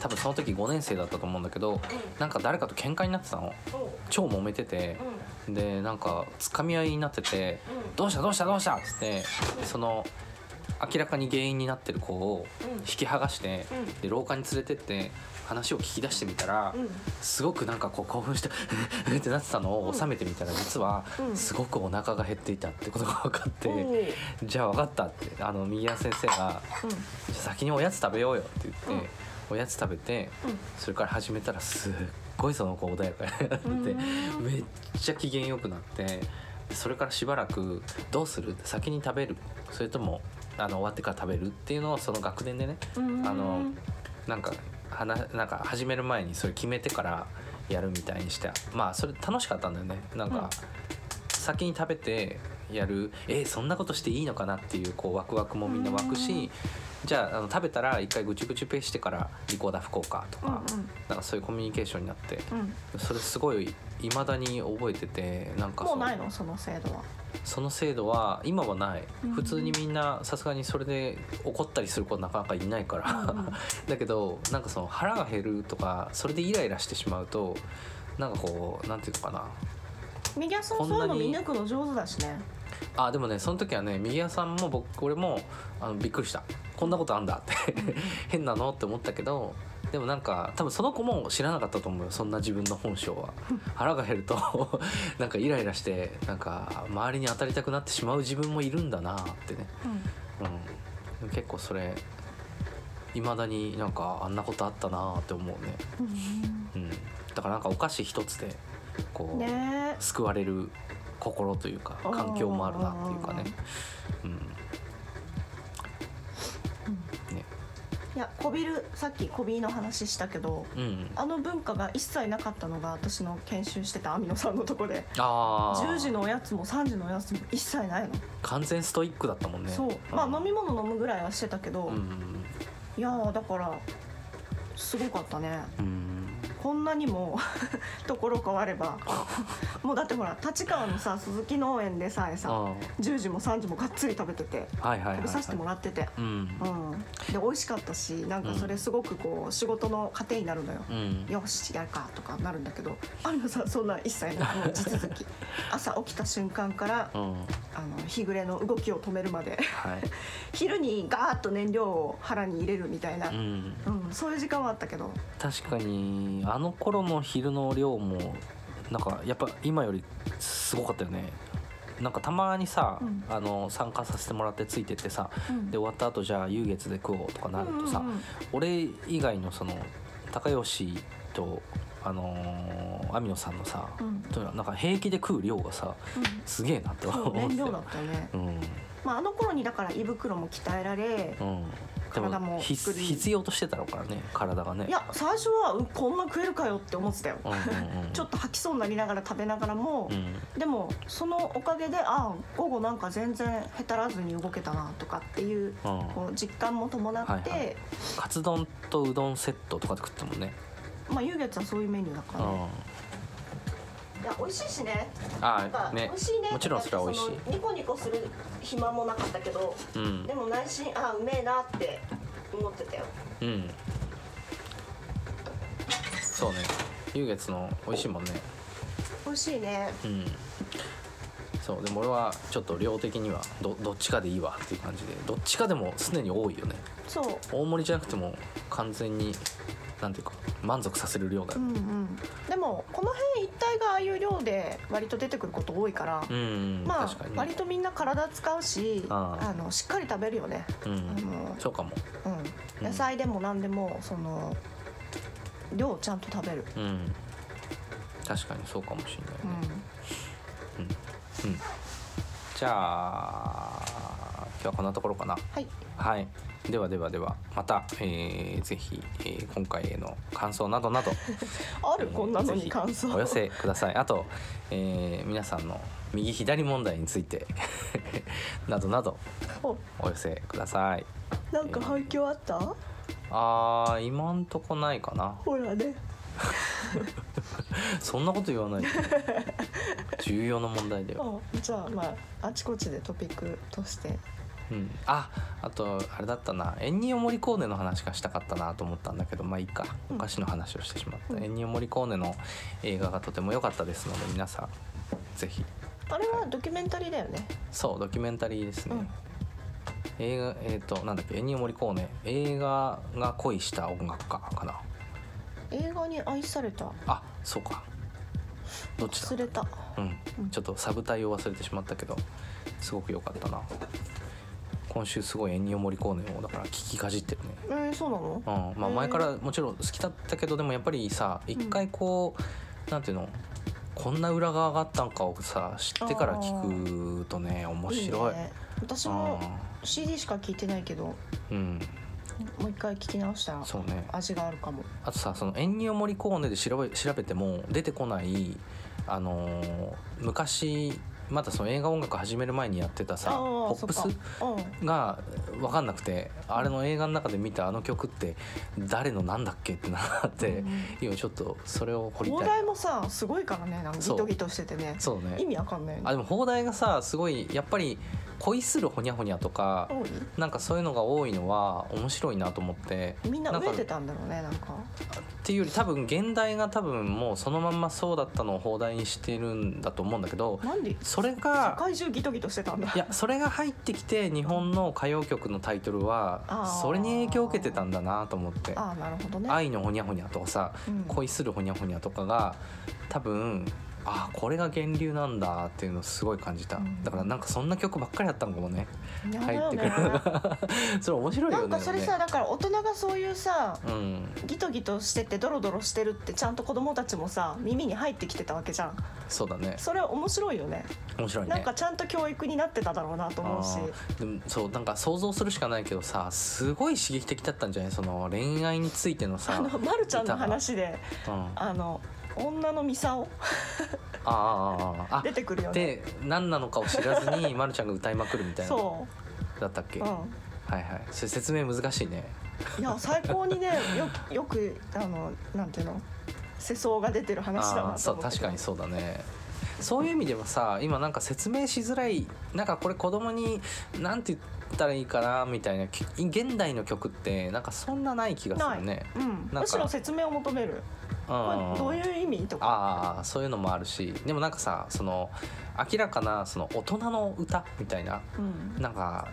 S1: 多分その時5年生だったと思うんだけどなんか誰かと喧嘩になってたの
S2: おう
S1: 超揉めてて
S2: うん
S1: でなんかつかみ合いになってて「どうしたどうしたどうした」っつってその明らかに原因になってる子を
S2: うん
S1: 引き剥がして
S2: うん
S1: で廊下に連れてって話を聞き出してみたら
S2: うん
S1: すごくなんかこう興奮して「ってなってたのを収めてみたら実は
S2: うん
S1: すごくお腹が減っていたってことが分かっ
S2: おう
S1: て「じゃあ分かった」ってあの右谷先生が「
S2: うん
S1: じゃあ先におやつ食べようよ」って言っておやつ食べて
S2: うん
S1: それから始めたらすっごいその子穏やかになってて
S2: うん
S1: めっちゃ機嫌よくなってそれからしばらく「どうする?」先に食べるそれともあの終わってから食べるっていうのをその学年でね
S2: うん
S1: あのなんか話なんか始める前にそれ決めてからやるみたいにしてまあそれ楽しかったんだよねなんか、
S2: うん
S1: 先に食べてやるえーそんなことしていいのかなっていうこうワクワクもみんな湧くし、
S2: うん
S1: じゃああの食べたら一回ぐちゅぐちゅペーしてからリコーダー吹こうかとか,、
S2: うんうん
S1: なんかそういうコミュニケーションになって
S2: うん
S1: それすごいいまだに覚えててなんか
S2: も
S1: そう
S2: ないのその制度は
S1: その制度は今はない
S2: うん
S1: 普通にみんなさすがにそれで怒ったりする子なかなかいないから、
S2: うんうん
S1: だけどなんかその腹が減るとかそれでイライラしてしまうとなんかこうなんていうのかな
S2: 右足もそういうの見抜くの上手だしね
S1: あでもねその時はね右屋さんも僕俺もあのびっくりしたこんなことあんだって 変なのって思ったけどでもなんか多分その子も知らなかったと思うよそんな自分の本性 は腹が減ると なんかイライラしてなんか周りに当たりたくなってしまう自分もいるんだなってね、うん、結構それいまだになんかあんなことあったなって思うね、
S2: うん
S1: うん、だからなんかお菓子一つでこう、
S2: ねえ
S1: 救われる心というか
S2: あー
S1: 環境もあるなっていうかね。うんね
S2: いやこびるさっきこびりの話したけど
S1: うん、
S2: あの文化が一切なかったのが私の研修してたアミノさんのとこで
S1: ああ
S2: 10時のおやつも3時のおやつも一切ないの、
S1: 完全ストイックだったもんね。
S2: そうまあ飲み物飲むぐらいはしてたけど、
S1: うん
S2: いやーだからすごかったね
S1: うん
S2: こんなにも ところ変わ ればもうだってほら立川のさ鈴木農園でさえ
S1: あ
S2: さ
S1: ー
S2: 10時も3時もがっつり食べてて
S1: はいはいはい、
S2: 食べ
S1: は
S2: させても
S1: い。
S2: らってて、
S1: うん
S2: うん、で美味しかったしなんかそれすごくこう仕事の糧になるのよ、
S1: うん
S2: よしやるかとかなるんだけどあのさんそんな一切ないもう地続 き朝起きた瞬間から
S1: うん
S2: あの日暮れの動きを止めるまで
S1: はい
S2: 昼にガーッと燃料を腹に入れるみたいな、
S1: う
S2: うん
S1: ん、
S2: そういう時間はあったけど
S1: 確かにあの頃の昼の量もなんかやっぱ今よりすごかったよね。なんかたまにさ、
S2: うん
S1: あの参加させてもらってついてってさ、
S2: うん
S1: で終わった後じゃあ優月で食おうとかなるとさ、
S2: うんうんうん
S1: 俺以外のその高吉とあのー、網野さんのさ、
S2: うん
S1: となんか平気で食う量がさ
S2: うん
S1: すげえなって
S2: そ
S1: 思 っ
S2: う燃
S1: て
S2: 料だったよね、
S1: うん
S2: まあ、あの頃にだから胃袋も鍛えられ
S1: うんで
S2: 体
S1: も
S2: も
S1: 必
S2: 作り
S1: 必要としてたのからね体がね
S2: いや最初はうこんな食えるかよって思ってたよ、
S1: うんうんうん、
S2: ちょっと吐きそうになりながら食べながらも、
S1: うん
S2: でもそのおかげであ午後なんか全然へたらずに動けたなとかってい
S1: う
S2: う
S1: ん
S2: こう実感も伴って、
S1: はいはカツ丼とうどんセットとかで食ってたもんね、
S2: まあ優月はそういうメニューだか
S1: う
S2: ら、ね
S1: ん、
S2: いや美味しいしねなん
S1: あ
S2: か美
S1: ね
S2: 味しいね
S1: もちろんそれは美味しい
S2: とかってそのニコニコする暇もなかったけど
S1: うん
S2: でも内心あうめえなって思ってたよ
S1: うんそうね優月の美味しいもんね
S2: 美味しいね
S1: うんそうでも俺はちょっと量的にはどどっちかでいいわっていう感じでどっちかでも常に多いよね
S2: そう
S1: 大盛りじゃなくても完全になんていうか満足させる量だ
S2: う
S1: よ
S2: んうんでもこの辺一帯がああいう量で割と出てくること多いから、
S1: うん、うん
S2: まあ
S1: 確かに
S2: 割とみんな体使うし
S1: ああ
S2: あのしっかり食べるよね
S1: うん、
S2: の
S1: そうかも
S2: うん、野菜でも何でもその量をちゃんと食べる、
S1: うん確かにそうかもしれないうね、
S2: ん、
S1: じゃあ今日はこんなところかな
S2: はい
S1: はいではではではまた、えー、ぜひ、えー今回への感想など など
S2: あるこんなの
S1: ぜ
S2: に
S1: ひ
S2: 感想
S1: お寄せくださいあと、えー皆さんの右左問題について などなど
S2: お
S1: お寄せください
S2: なんか反響あった
S1: あー今んとこないかな
S2: ほらね
S1: そんなこと言わない で重要な問題だよ、
S2: あじゃあまああちこちでトピックとして
S1: うん、ああとあれだったなエンニオ・モリコーネの話がしたかったなと思ったんだけどまあいいかお
S2: うん
S1: 菓子の話をしてしまった、
S2: うん
S1: エンニオ・モリコーネの映画がとても良かったですので皆さんぜひ
S2: あれはドキュメンタリーだよね、
S1: そうドキュメンタリーですね、
S2: うん
S1: 映画えっ、となんだっけエニオ・モリコーネ映画が恋した音楽家かな
S2: 映画に愛された
S1: あそうかどっちだ
S2: 忘れた
S1: う、
S2: うんん
S1: ちょっとサブタイを忘れてしまったけどすごく良かったな今週すごいエンニオ・モリコーネをだから聞きかじってるね
S2: えー、そうなの
S1: うんまあ、
S2: へー
S1: 前からもちろん好きだったけどでもやっぱりさ一回こう、なんていうのこんな裏側があったんかをさ知ってから聞くとね面白い。
S2: ね、私も CD しか聞いてないけども
S1: うんうん
S2: う一回聞き直したら
S1: そうね
S2: 味があるかも
S1: あとさそのエンニオ・モリコーネで調べ調べても出てこない、あのー昔まだその映画音楽始める前にやってたさ
S2: あ
S1: ポ
S2: ー
S1: ップス
S2: そっかうん
S1: が分かんなくてあれの映画の中で見たあの曲って誰のなんだっけってなって、
S2: うん
S1: 今ちょっとそれを掘り
S2: 放
S1: た
S2: 題
S1: い
S2: もさすごいからねなんかギ
S1: そう
S2: トギトしててね
S1: そうね
S2: 意味わかんないよ
S1: あ
S2: ね
S1: でも放題がさすごいやっぱり恋するほにゃほにゃとか
S2: 多
S1: なんかそういうのが多いのは面白いなと思って
S2: いみんな
S1: なん
S2: 飢
S1: か
S2: えてたんだろうねなんか
S1: っていうより多分現代が多分もうそのまんまそうだったのを放題にしてるんだと思うんだけど
S2: なんで
S1: それ
S2: 世
S1: が
S2: 界中ギトギトしてたんだ
S1: いやそれが入ってきて日本の歌謡曲のタイトルは
S2: あー
S1: それに影響を受けてたんだなと思って
S2: ああなるほ
S1: 「
S2: どね
S1: 愛のほにゃほにゃ」とかさ
S2: うん
S1: 「恋するほにゃほにゃ」とかが多分あーこれが源流なんだっていうのをすごい感じた
S2: うん
S1: だからなんかそんな曲ばっかりだったのかもね
S2: やだ
S1: 入
S2: よ
S1: ってく
S2: ね
S1: る それ面白い
S2: な
S1: よね
S2: んかそれ
S1: でも
S2: さ
S1: ね
S2: だから大人がそういうさ
S1: うん
S2: ギトギトしててドロドロしてるってちゃんと子供たちもさ耳に入ってきてたわけじゃん
S1: そうだね
S2: それは面白いよね
S1: 面白いね
S2: なんかちゃんと教育になってただろうなと思うし
S1: あーでもそうなんか想像するしかないけどさすごい刺激的だったんじゃないその恋愛についてのさ
S2: あの、ま、るちゃん
S1: 歌
S2: の
S1: が
S2: 話で
S1: うん、あ
S2: あの女のミサオ
S1: ああああ
S2: 出てくるよ
S1: あ
S2: ね
S1: で何なのかを知らずにまるちゃんが歌いまくるみたいな
S2: そ
S1: だったっけ、
S2: う、う
S1: はい
S2: ん、
S1: はいそれ説明難しいね
S2: いや最高にねよよくあのなんていうの世相が出てる話だ
S1: あ
S2: な
S1: ーそ
S2: と
S1: う
S2: 思って
S1: 確かにそうだねそういう意味ではさ今なんか説明しづらいなんかこれ子供になんて言ったらいいかなみたいなき現代の曲ってなんかそんなない気がするね。
S2: うん
S1: か
S2: むしろ説明を求めるこ
S1: ん
S2: れどういう意味とか
S1: ああそういうのもあるしでもなんかさその明らかなその大人の歌みたいな
S2: うん
S1: なんか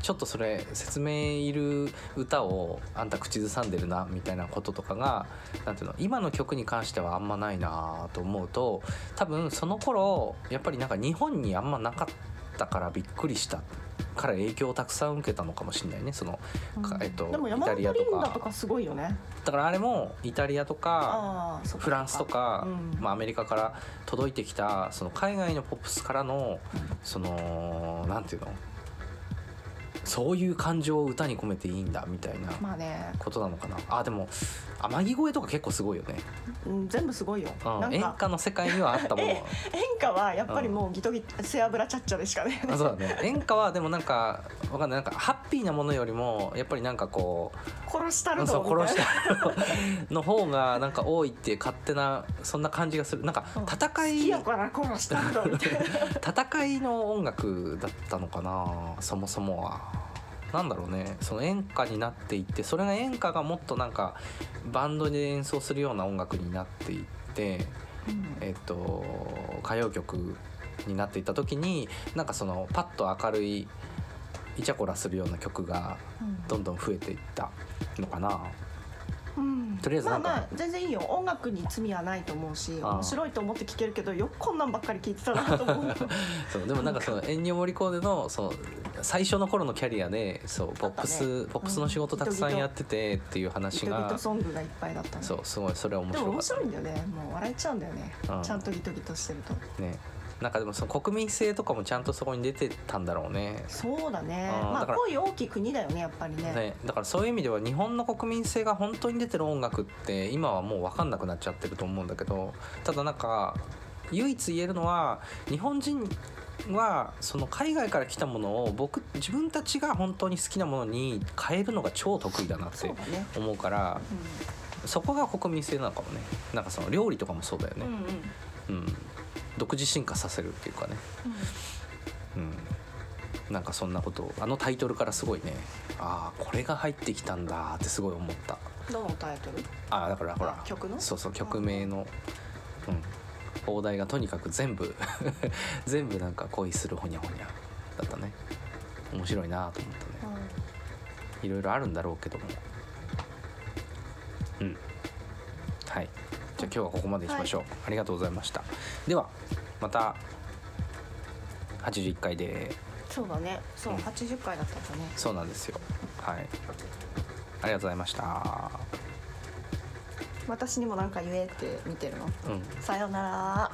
S1: ちょっとそれ説明いる歌をあんた口ずさんでるなみたいなこととかがなんていうの今の曲に関してはあんまないなと思うと多分その頃やっぱりなんか日本にあんまなかったからびっくりしたから影響をたくさん受けたのかもしれないねそのかえっと
S2: でも山本
S1: イ
S2: リ
S1: タ
S2: ン
S1: リアとか
S2: ダとかすごいよね
S1: だからあれもイタリアとか
S2: ああそっか
S1: フランスとか、
S2: うん
S1: まあ、アメリカから届いてきたその海外のポップスからのそのなんていうのそういう感情を歌に込めていいんだみたいな
S2: まあね、
S1: ことなのかなあでも天城越えとか結構すごいよね、
S2: うん、全部すごいよ、
S1: うん
S2: なん
S1: 演
S2: か
S1: 歌の世界にはあったも の
S2: 演歌はやっぱりもうギトギト背脂ちゃっちゃでしかね
S1: あそうだね演歌はでもなんかわかんないなんかハッピーなものよりもやっぱりなんかこう
S2: 殺したる
S1: そ
S2: ぞ
S1: う殺し
S2: みたいな
S1: たの方がなんか多いっていう勝手なそんな感じがするなんか
S2: うん
S1: 戦い、
S2: 好きやから殺したるぞみたいな
S1: 戦いの音楽だったのかなそもそもは。なんだろうねその演歌になっていってそれが演歌がもっとなんかバンドで演奏するような音楽になっていって、
S2: うん
S1: えっと、歌謡曲になっていった時になんかそのパッと明るいイチャコラするよ うな曲がどんどん増えていったのかな。
S2: うん
S1: とりあえず
S2: ま
S1: な
S2: あ
S1: んか
S2: まあ全然いいよ音楽に罪はないと思うし
S1: ああ
S2: 面白いと思って聴けるけどよくこんなんばっかり聴いてたなと思う
S1: そうでもなんかそのエンニオ・モリコーネのその最初の頃のキャリアでそうポップス、
S2: あったね
S1: ポップスの仕事たくさ
S2: うんん
S1: やっててっていう
S2: ギ
S1: 話
S2: トギ
S1: が
S2: トソングがいっぱいだったね
S1: そうすごいそれは面
S2: でも
S1: 白かっ
S2: 面
S1: た
S2: 白いんだよねもう笑えちゃうんだよね、
S1: うん
S2: ちゃんとギトギトしてると
S1: ねなんかでもその国民性とかもちゃんとそこに出てたんだろうね
S2: そうだね
S1: ああ
S2: ま
S1: だ
S2: あ
S1: から
S2: 恋大きい国だよねやっぱりね
S1: ねだからそういう意味では日本の国民性が本当に出てる音楽って今はもう分かんなくなっちゃってると思うんだけどただなんか唯一言えるのは日本人はその海外から来たものを僕自分たちが本当に好きなものに変えるのが超得意だなっ
S2: そう
S1: て
S2: だね、
S1: 思うから
S2: う
S1: そこが国民性なのかもねなんかその料理とかもそうだよね
S2: ん、うんうん
S1: うん、独自進化させるっていうかね、うん、なんかそんなことをあのタイトルからすごいねああこれが入ってきたんだってすごい思った
S2: どのタイトル
S1: ああだからほら
S2: あ曲の
S1: そうそう曲名の、うん、放題がとにかく全部 全部なんか恋するほにゃほにゃだったね面白いなと思ったねいろいろあるんだろうけどもうんはいじゃあ今日はここまでにしましょう、ありがとうございましたではまた81回で
S2: そうだねそう、
S1: うん
S2: 80回だったんだね
S1: そうなんですよはいありがとうございました
S2: 私にもなんか言えって見てるの
S1: うん
S2: さようなら